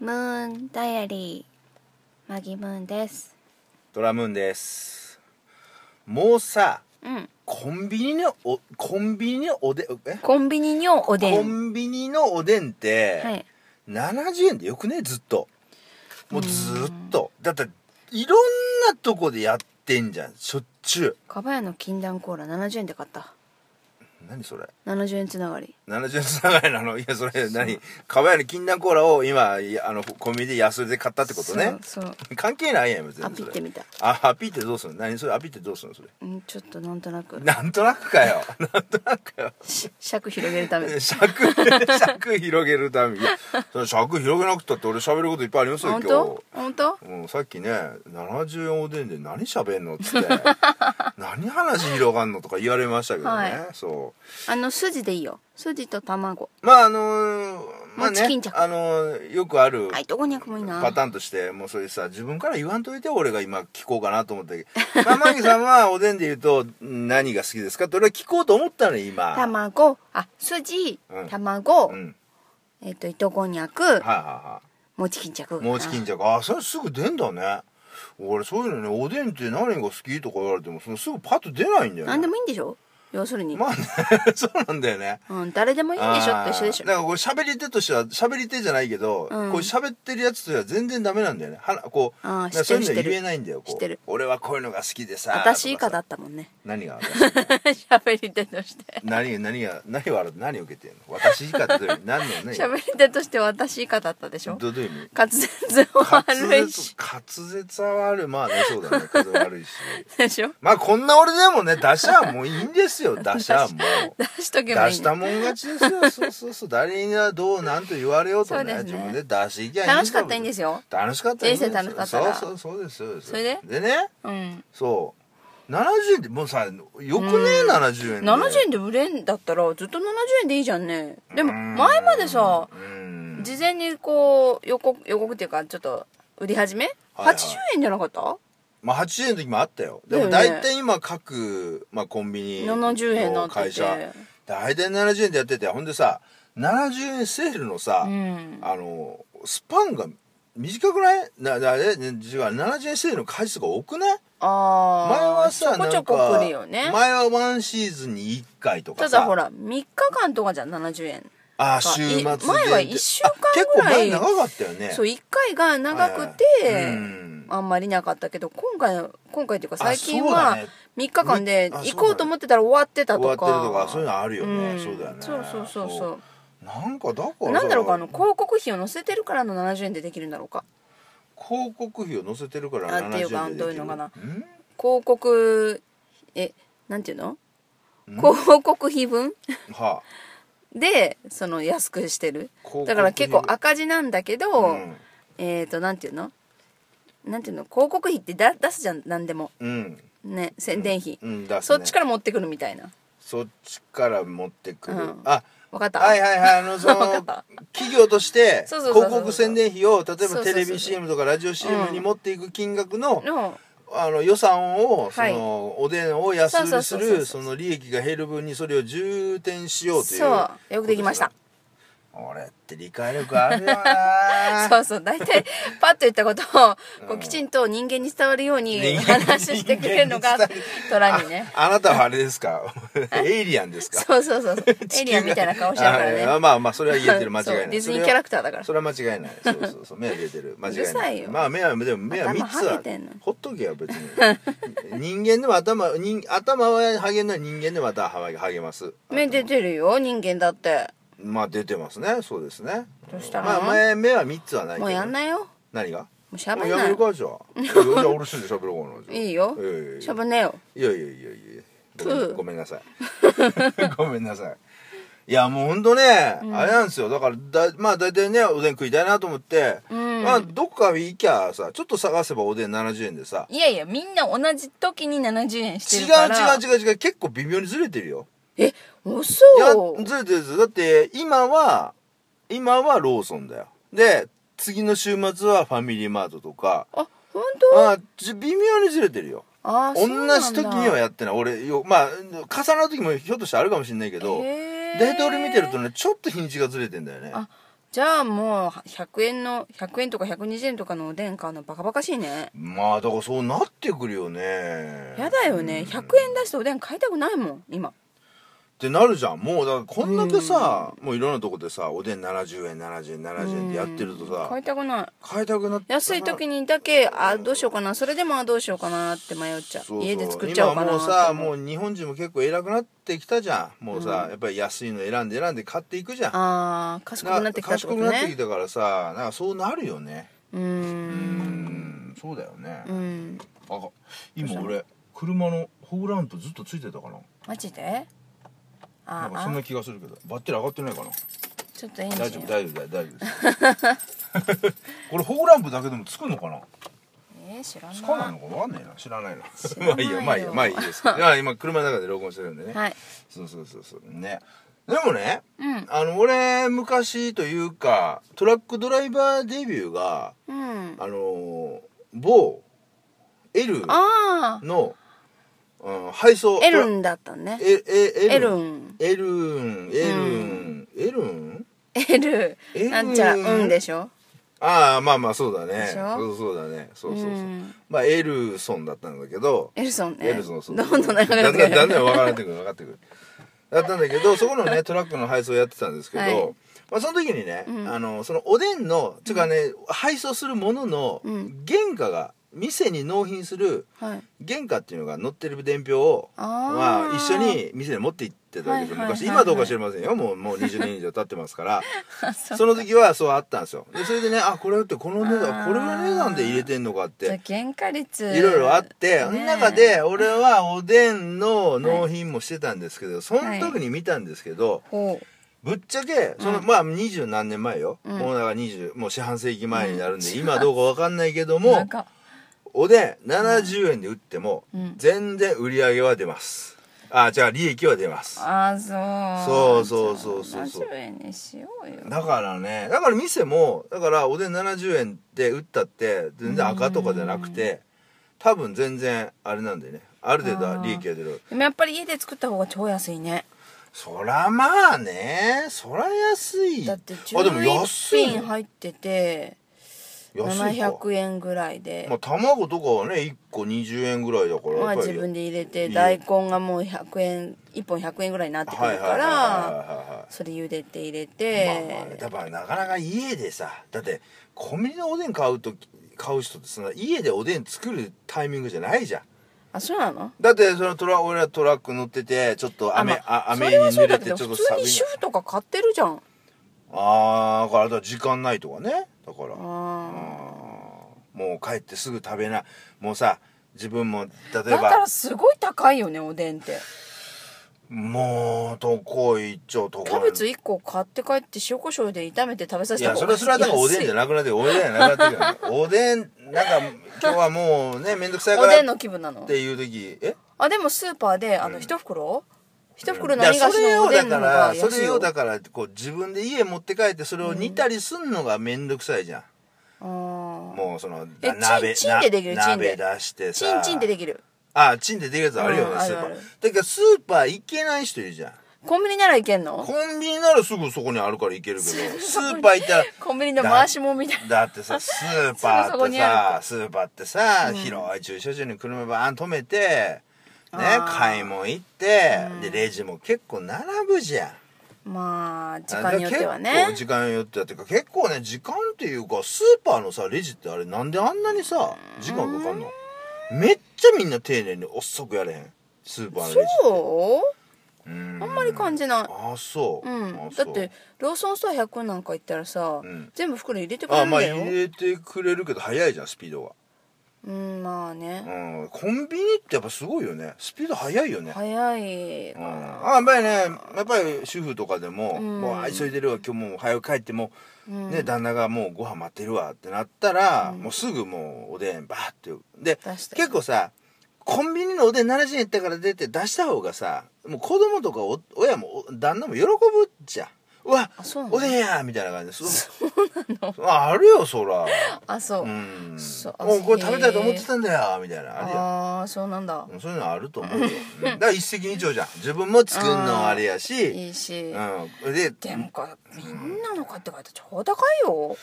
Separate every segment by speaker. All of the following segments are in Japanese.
Speaker 1: ムーンダイアリーマギムーンです
Speaker 2: ドラムーンですもうさ
Speaker 1: うん
Speaker 2: コンビニのおコンビニのおでんえ
Speaker 1: コンビニにおで
Speaker 2: コ
Speaker 1: ん
Speaker 2: ンビニのおでんって、
Speaker 1: はい
Speaker 2: 70円でよくねずっともうずっとだっていろんなとこでやってんじゃんしょっちゅう
Speaker 1: かばやの禁断コーラ70円で買った
Speaker 2: 何それ
Speaker 1: 70円つながり
Speaker 2: 70円つながりなのいやそれ何かばやの禁断コーラを今いやあのコンビニで安売りで買ったってことね
Speaker 1: そうそう
Speaker 2: 関係ないやん別
Speaker 1: ア
Speaker 2: に
Speaker 1: ピ
Speaker 2: そ
Speaker 1: って
Speaker 2: れ
Speaker 1: みた
Speaker 2: あアピってどうするの何それアピってどうするのそれ
Speaker 1: うんちょっとなんとなく
Speaker 2: なんとなくかよなんとなくかよ
Speaker 1: し尺広げるために
Speaker 2: 尺尺広げるためにいやそれ尺広げなくったって俺喋ることいっぱいありますよ
Speaker 1: 本
Speaker 2: 今日
Speaker 1: 当本当
Speaker 2: うん、さっきね70円おでんで何喋んのっつって 何話広がんのとか言われましたけどね、
Speaker 1: はい
Speaker 2: そ
Speaker 1: あの筋でいいよ筋と卵
Speaker 2: うまああのーまあ
Speaker 1: もうチ
Speaker 2: ね
Speaker 1: キンじゃん
Speaker 2: あのーよくある
Speaker 1: はいどこに焼くもいいな
Speaker 2: パターンとしてもうそういうさ自分から言わんといて俺が今聞こうかなと思 ったけど玉木さんはおでんで言うと何が好きですかって俺は聞こうと思ったのよ今
Speaker 1: 卵あ筋、
Speaker 2: うん
Speaker 1: 卵、
Speaker 2: うん
Speaker 1: えっ、と糸こんにゃく
Speaker 2: はいはいはい
Speaker 1: 餅巾着
Speaker 2: もうチキンじゃがあそれすぐ出んだね俺そういうのねおでんって何が好きとか言われてもそのすぐパッと出ないんだよね
Speaker 1: 何でもいいんでしょ要するに、
Speaker 2: まあね そうなんだよね
Speaker 1: うん、誰でもいいんでしょって一緒でし
Speaker 2: あーだ
Speaker 1: ょ
Speaker 2: からこれ喋り手としては喋り手じゃないけ
Speaker 1: う
Speaker 2: ど、
Speaker 1: ん
Speaker 2: こう喋ってるやつとしては全然ダメなんだよねはこう
Speaker 1: あー
Speaker 2: だから
Speaker 1: 知って
Speaker 2: そう
Speaker 1: る
Speaker 2: いうの
Speaker 1: 知ってる
Speaker 2: 言えないんだよこう
Speaker 1: 知ってる
Speaker 2: 俺はこういうのが好きでさ
Speaker 1: 私以下だ
Speaker 2: とかさ
Speaker 1: ったもんね
Speaker 2: 何が
Speaker 1: 喋り手として
Speaker 2: 何が何が何笑って何を受けてんの私以下ってどういう意味何の ね
Speaker 1: 喋り手として私以下だったでしょ
Speaker 2: どどういう意味
Speaker 1: 滑舌も
Speaker 2: 滑
Speaker 1: 悪い
Speaker 2: 舌
Speaker 1: し
Speaker 2: 滑舌は悪いまあねそうだね滑舌悪いし
Speaker 1: でしょ
Speaker 2: まあこんな俺でもね出しゃもういいんですよ出しゃもう
Speaker 1: 出しとけば
Speaker 2: 出
Speaker 1: いい
Speaker 2: し
Speaker 1: の
Speaker 2: たもん勝ちですよそうそうそう誰にはどうなんと言われようとね
Speaker 1: そうですね
Speaker 2: 自分で出していきゃいい
Speaker 1: 楽しかったらいいんですよ
Speaker 2: 楽しかったらいいんです
Speaker 1: 人生楽しかったら
Speaker 2: そうそうそうですそうです
Speaker 1: それで
Speaker 2: ね
Speaker 1: うん
Speaker 2: そう70円ってもうさよくね
Speaker 1: うん
Speaker 2: 70円で
Speaker 1: 70円で売れんだったらずっと70円でいいじゃんねでも
Speaker 2: うん
Speaker 1: 前までさ
Speaker 2: うん
Speaker 1: 事前にこう予告予告っていうかちょっと売り始め、
Speaker 2: はいはい
Speaker 1: 80円じゃなかった
Speaker 2: まあ80円の時もあったよでも
Speaker 1: だよね
Speaker 2: 大体今各、まあ、コンビニ
Speaker 1: 70円にな
Speaker 2: の
Speaker 1: ってて
Speaker 2: 会社大体70円でやっててほんでさ70円セールのさ、
Speaker 1: うん
Speaker 2: あのスパンが短くないななえね違う70円セールの回数が多くない
Speaker 1: あー
Speaker 2: 前はさ
Speaker 1: ちょこち
Speaker 2: な
Speaker 1: ょ
Speaker 2: ん
Speaker 1: こ
Speaker 2: か
Speaker 1: 来るよね
Speaker 2: 前はワンシーズンに1回とか
Speaker 1: た
Speaker 2: さ
Speaker 1: だほら3日間とかじゃん70円
Speaker 2: あー週末
Speaker 1: い
Speaker 2: 限定
Speaker 1: 前は一週間ぐらい
Speaker 2: あ結構前長かったよね
Speaker 1: そう1回が長く
Speaker 2: はいはい
Speaker 1: て
Speaker 2: うん
Speaker 1: あんまりなかったけど今回今回っていうか
Speaker 2: あ
Speaker 1: 最近
Speaker 2: そうだ
Speaker 1: は
Speaker 2: ね
Speaker 1: 3日間で
Speaker 2: あそうだね
Speaker 1: 行こうと思ってたら終わってた
Speaker 2: 終
Speaker 1: と
Speaker 2: わ
Speaker 1: か
Speaker 2: ってるとかそういうのあるよね、
Speaker 1: うん
Speaker 2: そうだよね
Speaker 1: そうそうそうそう
Speaker 2: なんかだか
Speaker 1: う
Speaker 2: ら
Speaker 1: なんだろうかあの
Speaker 2: 広
Speaker 1: 広告費を載せてるからの70円でできるんだろうか
Speaker 2: 告費を載せてるから
Speaker 1: なんていうか
Speaker 2: 70円でできる
Speaker 1: どういうのかなん広告えなんていうの
Speaker 2: ん
Speaker 1: 広告費分
Speaker 2: は
Speaker 1: でその安くしてる
Speaker 2: 広告費
Speaker 1: だから結構赤字なんだけ
Speaker 2: あ
Speaker 1: ど、
Speaker 2: うん
Speaker 1: えっ、ー、となんていうのなんていうの広告費ってだ出すじゃん何でも
Speaker 2: うん、
Speaker 1: ね宣伝費、
Speaker 2: うん、出すね
Speaker 1: そっちから持ってくるみたいな
Speaker 2: そっちから持ってくる、
Speaker 1: うん
Speaker 2: あ
Speaker 1: 分かった、
Speaker 2: はいはいはい あのそ
Speaker 1: わか
Speaker 2: の
Speaker 1: った
Speaker 2: 企業として
Speaker 1: そうそうそうそう
Speaker 2: 広告宣伝費を例
Speaker 1: そうそ
Speaker 2: え
Speaker 1: うそ
Speaker 2: ば
Speaker 1: う
Speaker 2: テレビ CM とかラジオ CM に持っていく金額の
Speaker 1: の
Speaker 2: あの予算をそ
Speaker 1: はい
Speaker 2: のおでんを安売りす
Speaker 1: そうそうそうそう
Speaker 2: るその利益が減る分にそれを充填しようという
Speaker 1: そうよくできました
Speaker 2: 俺って理解力あるよ
Speaker 1: そ
Speaker 2: な
Speaker 1: うそう大体パッと言ったことをこ
Speaker 2: う
Speaker 1: うんきちんと人間に伝わるように
Speaker 2: 人間に
Speaker 1: 話してくれるのが
Speaker 2: 人間に伝わ
Speaker 1: 虎にね
Speaker 2: あなたはあれで すかエイリアンですか
Speaker 1: そうそうそうそうエリアンみたいな顔してるから
Speaker 2: あま
Speaker 1: ね
Speaker 2: あまあまあそれ は言えてる間違い
Speaker 1: そ
Speaker 2: な
Speaker 1: う
Speaker 2: い
Speaker 1: ディズニー
Speaker 2: それは
Speaker 1: キャラクターだから
Speaker 2: それは間違いないそうそうそう目は出てる間 違
Speaker 1: うる
Speaker 2: い
Speaker 1: さ
Speaker 2: ないい
Speaker 1: よ
Speaker 2: まあ目はでも目は
Speaker 1: 頭
Speaker 2: 3つ
Speaker 1: は
Speaker 2: は
Speaker 1: げてんの
Speaker 2: ほっとけよ別に 人間でも頭人頭はハゲんのは人間でも頭はハゲます
Speaker 1: 目出てるよ人間だって
Speaker 2: まあ出てますねそうですね
Speaker 1: どうしたの
Speaker 2: まあ前目は3つはないけど
Speaker 1: もうやんないよも
Speaker 2: 何が
Speaker 1: う
Speaker 2: や
Speaker 1: 喋
Speaker 2: め
Speaker 1: んな
Speaker 2: る
Speaker 1: よ
Speaker 2: かじゃあ いやじゃあ俺一人で喋ろうかない
Speaker 1: いよ
Speaker 2: ええ
Speaker 1: 喋んなよ
Speaker 2: いやいやいやいやご
Speaker 1: プ
Speaker 2: め
Speaker 1: ー
Speaker 2: んごめん なさいごめんなさいいやもうほんとね、あれなんですよだからだまあ大体ねおでん食いたいなと思って、
Speaker 1: うん
Speaker 2: まあどっか行きゃさちょっと探せばおでん70円でさ
Speaker 1: いやいやみんな同じ時に70円し
Speaker 2: 違
Speaker 1: て
Speaker 2: う
Speaker 1: るから
Speaker 2: 違う違う違う結構微妙にずれてるよ
Speaker 1: え遅
Speaker 2: いや
Speaker 1: う
Speaker 2: ずれてるずれてるだって今は今はローソンだよで次の週末はファミリーマートとか
Speaker 1: あ本
Speaker 2: まあちょ微妙にずれてるよ
Speaker 1: 当あ
Speaker 2: 同じ時には
Speaker 1: や
Speaker 2: やってない俺よまあ重なる時もひょっとしてあるかもしれないけど
Speaker 1: へー
Speaker 2: 大体俺見てるとねちょっと日にちがずれてんだよね
Speaker 1: あじゃあもう100円の100円とか120円とかのおでん買うのバカバカしいね
Speaker 2: まあだからそうなってくるよね
Speaker 1: やだよね
Speaker 2: うん
Speaker 1: 100円出しておでん買いたくないもん今
Speaker 2: ってなるじゃんもうだからこんだけさ、もういろんなとこでさおでん70円70円70円ってやってるとさ、
Speaker 1: 買いたくない
Speaker 2: 買いたくなって
Speaker 1: 安い時にだけあどうしようかなそれでもあどうしようかなって迷っちゃう
Speaker 2: そうそう
Speaker 1: 家で作っちゃおうかな
Speaker 2: 今もうさ
Speaker 1: と思
Speaker 2: もう日本人も結構偉くなってきたじゃんもうさ、やっぱり安いの選んで選んで買っていくじゃん
Speaker 1: ああ賢くなってきたってこと
Speaker 2: 賢くなってき
Speaker 1: ね
Speaker 2: たからさなんかそうなるよね
Speaker 1: うーん
Speaker 2: うんそうだよね、
Speaker 1: うん
Speaker 2: あ今俺車のホーランプずっとついてたかな
Speaker 1: マジで
Speaker 2: な
Speaker 1: あ
Speaker 2: んかそん
Speaker 1: あ
Speaker 2: な気がするけどバッテリー上がってないかな
Speaker 1: ちょっとエン
Speaker 2: 大
Speaker 1: ジ
Speaker 2: 丈
Speaker 1: ン
Speaker 2: 夫大丈夫大丈夫です これホーランプだけでもつくのかな
Speaker 1: えー知らない
Speaker 2: つかないのかわかんないな知らないな
Speaker 1: らないよ
Speaker 2: まあいいやまあいいやまあい いですけどいや今車の中で録音してるんでね、
Speaker 1: はい
Speaker 2: そうそうそうそうねでもね
Speaker 1: うん
Speaker 2: あの俺昔というかトラックドライバーデビューが
Speaker 1: うん
Speaker 2: あのー某 L
Speaker 1: ああ
Speaker 2: の、うん、配送
Speaker 1: エルンだったね
Speaker 2: ええ
Speaker 1: エル
Speaker 2: ン
Speaker 1: ン
Speaker 2: エルンエルンエルン
Speaker 1: エル
Speaker 2: エルン
Speaker 1: なんちゃうんでしょ
Speaker 2: ああまあまあそうだね
Speaker 1: でしょ
Speaker 2: そうそうだねそうそうそう、
Speaker 1: うん
Speaker 2: まあエルソンだったんだけど
Speaker 1: エルソンね
Speaker 2: エルソンそう
Speaker 1: どんどん長くな
Speaker 2: だ
Speaker 1: っ
Speaker 2: ん
Speaker 1: て
Speaker 2: だん
Speaker 1: く
Speaker 2: だん
Speaker 1: る
Speaker 2: だん分からってくる分かってくるだったんだけどそこのねトラックの配送やってたんですけど、
Speaker 1: はい
Speaker 2: まあ、その時にね、
Speaker 1: うん
Speaker 2: あのそのおでんのつうかね、配送するものの
Speaker 1: うん
Speaker 2: 原価が店に納品する
Speaker 1: はい
Speaker 2: 原価っていうのが載ってる伝票を
Speaker 1: あー
Speaker 2: まあ、一緒に店に持って行ってたわけですよ
Speaker 1: はいはいはいはい
Speaker 2: 昔今どうか知りませんよもうもう20年以上経ってますから
Speaker 1: あ そう
Speaker 2: その時はそうあったんですよでそれでねあこれってこの値段
Speaker 1: あー
Speaker 2: これの値段で入れてんのかっ
Speaker 1: じゃあ
Speaker 2: て
Speaker 1: 原価率
Speaker 2: いろいろあって、
Speaker 1: ね
Speaker 2: その中で俺はおでんの納品もしてたんですけど、その時に見たんですけど、
Speaker 1: ほう
Speaker 2: ぶっちゃけその、
Speaker 1: うん
Speaker 2: まあ二十何年前よ、
Speaker 1: うん
Speaker 2: もうなんか20もう四半世紀前になるんで、今どうかわかんないけども
Speaker 1: なんか
Speaker 2: おでん70円で売っても、
Speaker 1: うん
Speaker 2: 全然売り上げは出ますあじゃあ利益は出ます
Speaker 1: ああそう
Speaker 2: そうそうそうそうそう
Speaker 1: 70円にしようよ
Speaker 2: だからねだから店もだからおでん70円で売ったって全然赤とかじゃなくて多分全然あれなんだよねある程度は利益が出る
Speaker 1: でもやっぱり家で作った方が超安いね
Speaker 2: そらまあねそら安い
Speaker 1: だって
Speaker 2: あでも
Speaker 1: 11
Speaker 2: 安いね
Speaker 1: 品入ってて
Speaker 2: 安いか
Speaker 1: 700円ぐらいで
Speaker 2: まあ卵とかはね1個20円ぐらいだから
Speaker 1: まあ
Speaker 2: やっぱ
Speaker 1: 自
Speaker 2: り
Speaker 1: 分で入れて
Speaker 2: いい
Speaker 1: 大根がもう100円1本100円ぐらいになってく
Speaker 2: はい
Speaker 1: る
Speaker 2: はい
Speaker 1: か
Speaker 2: はい
Speaker 1: ら
Speaker 2: はいはいはい
Speaker 1: それ茹でて入れ
Speaker 2: まあまあね
Speaker 1: て
Speaker 2: だからなかなか家でさだってコンビニのおでん買うとき買う人ってそんな家でおでん作るタイミングじゃないじゃん
Speaker 1: あそうなの
Speaker 2: だってそのトラ俺らトラック乗っててちょっと雨あ、
Speaker 1: あ
Speaker 2: 雨
Speaker 1: そ
Speaker 2: に
Speaker 1: れはそ
Speaker 2: 濡
Speaker 1: うだ
Speaker 2: れ
Speaker 1: け
Speaker 2: てち
Speaker 1: ど
Speaker 2: ょっと
Speaker 1: 普
Speaker 2: 寒
Speaker 1: 通
Speaker 2: い
Speaker 1: に主婦とか買ってるじゃん
Speaker 2: ああだからだから時間ないとかねだから
Speaker 1: あ
Speaker 2: うんもう帰ってすぐ食べないもうさ自分も
Speaker 1: ー
Speaker 2: 例え
Speaker 1: だった
Speaker 2: ば
Speaker 1: らすごい高いよねおでんって
Speaker 2: もうどこ行っちゃうとこ
Speaker 1: キャベツ1個買って帰って塩コショウで炒めて食べさ
Speaker 2: い
Speaker 1: せた
Speaker 2: やそれはそれはだからおでんじゃ
Speaker 1: ない
Speaker 2: なくなってくるおでんじゃなくなってくるからおでんなんか今日はもうね面倒くさいか
Speaker 1: お
Speaker 2: ら
Speaker 1: でん
Speaker 2: っ
Speaker 1: の気分なの
Speaker 2: ていう時え
Speaker 1: あでもスーパーであ
Speaker 2: う
Speaker 1: の
Speaker 2: ん
Speaker 1: 一袋一袋
Speaker 2: いや
Speaker 1: 何がしのおでんの方
Speaker 2: それをだか
Speaker 1: が
Speaker 2: らそ
Speaker 1: 安い
Speaker 2: れ
Speaker 1: よ
Speaker 2: をだからこう自分で家持って帰ってそれを煮たりすんのが面倒くさいじゃん、
Speaker 1: あー
Speaker 2: もうその
Speaker 1: え
Speaker 2: 鍋
Speaker 1: チンチンでできる
Speaker 2: な
Speaker 1: チンで
Speaker 2: 鍋出してさ
Speaker 1: チンチンってできる
Speaker 2: あチンでできるやつあるよね、
Speaker 1: うん
Speaker 2: スーパ
Speaker 1: あるあ
Speaker 2: ー
Speaker 1: る
Speaker 2: だからスーパー行けない人いるじゃん
Speaker 1: コンビニならいけんの
Speaker 2: コンビニならすぐそこにあるから行けるけどスーパー行ったら
Speaker 1: コンビニの回しもんみたいな
Speaker 2: だってさスー
Speaker 1: すぐ
Speaker 2: パ
Speaker 1: そ
Speaker 2: ーっ
Speaker 1: こ
Speaker 2: て
Speaker 1: にあ
Speaker 2: さスーパーってさ、広い駐車場に車バーン止めてね
Speaker 1: あー
Speaker 2: 買い物行って、でレジも結構並ぶじゃん
Speaker 1: まあ時間によっては
Speaker 2: だから結
Speaker 1: ね
Speaker 2: 構時間によってはっていうか結構ね時間っていうかスーパーのさレジってあれなんであんなにさ時間かかんのめっちゃみんな丁寧に遅くやれへんスーパーのレジって
Speaker 1: そう
Speaker 2: うん
Speaker 1: あんまり感じない
Speaker 2: あそう、
Speaker 1: うん
Speaker 2: あ
Speaker 1: だ
Speaker 2: そう
Speaker 1: ってローソンストア100なんか行ったらさ
Speaker 2: うん
Speaker 1: 全部袋入れてくれ
Speaker 2: あ
Speaker 1: るん
Speaker 2: まあ
Speaker 1: だ
Speaker 2: 入
Speaker 1: よ
Speaker 2: れてくれるけど早いじゃんスピードが
Speaker 1: うんまあね
Speaker 2: うんコンビニってやっぱすごいよねスピード速いよね、
Speaker 1: 早い
Speaker 2: うん、あやっぱりねやっぱり主婦とかでも、
Speaker 1: うん
Speaker 2: もう急いでるわ今日もう早く帰ってもう、
Speaker 1: うん
Speaker 2: ね旦那がもうご飯待ってるわってなったら、もうすぐもうおでんバーってで
Speaker 1: 出して
Speaker 2: 結構さコンビニのおでん70円やったから出て出した方がさもう子供とかお親もお旦那も喜ぶじゃんうわ
Speaker 1: あそうなの
Speaker 2: おでんやみたいな感じでそうああるよそら
Speaker 1: あそう、
Speaker 2: うん
Speaker 1: そう
Speaker 2: おこれ食べたいと思ってたんだよみたいなあれや
Speaker 1: ああそうなんだ
Speaker 2: うんそういうのあると思うようんだから一石二鳥じゃん自分も作るのあれやし
Speaker 1: いいし、
Speaker 2: うんで
Speaker 1: でもかみんなの買って書いたら超高いよ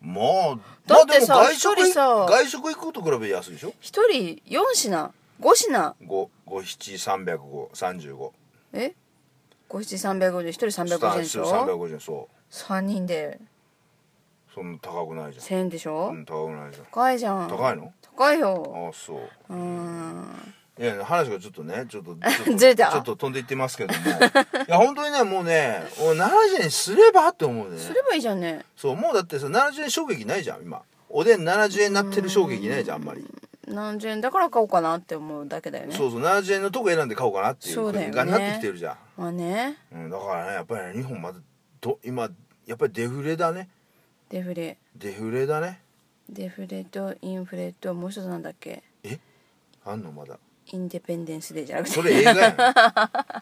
Speaker 2: まあ
Speaker 1: だってさ
Speaker 2: まあでも外食
Speaker 1: 一人さ
Speaker 2: 外食行くこと比べ安いでしょ
Speaker 1: 一人4品5品
Speaker 2: 5 7 3 0 5 3 5
Speaker 1: え五七三百五十一人三百五十でしょ
Speaker 2: 350円そう
Speaker 1: 三人で
Speaker 2: そんな高くないじゃん
Speaker 1: 千円でしょ、
Speaker 2: うん、高くないじゃん
Speaker 1: 高いじゃん
Speaker 2: 高いの
Speaker 1: 高いよ
Speaker 2: ああそう
Speaker 1: うーん
Speaker 2: いや話がちょっとねちょっとちょっ と
Speaker 1: ずれた
Speaker 2: ちょっと飛んでいってますけどもいや本当にねもうね俺70円すればって思うね
Speaker 1: すればいいじゃんね
Speaker 2: そうもうだってさ70円衝撃ないじゃん今おでん70円になってる衝撃ないじゃんあんまり
Speaker 1: 何十円だから買おうかなって思うだけだよね
Speaker 2: そうそう70円のとこ選んで買おうかなっていう
Speaker 1: そうだよね
Speaker 2: がになってきてるじゃん
Speaker 1: まあね
Speaker 2: うん、だからねやっぱりね日本まだど今やっぱりデフレだね
Speaker 1: デフレ
Speaker 2: デフレだね
Speaker 1: デフレとインフレともう一つなんだっけ
Speaker 2: あんのまだ
Speaker 1: インデペンデンスデーじゃなくて
Speaker 2: それ映画やん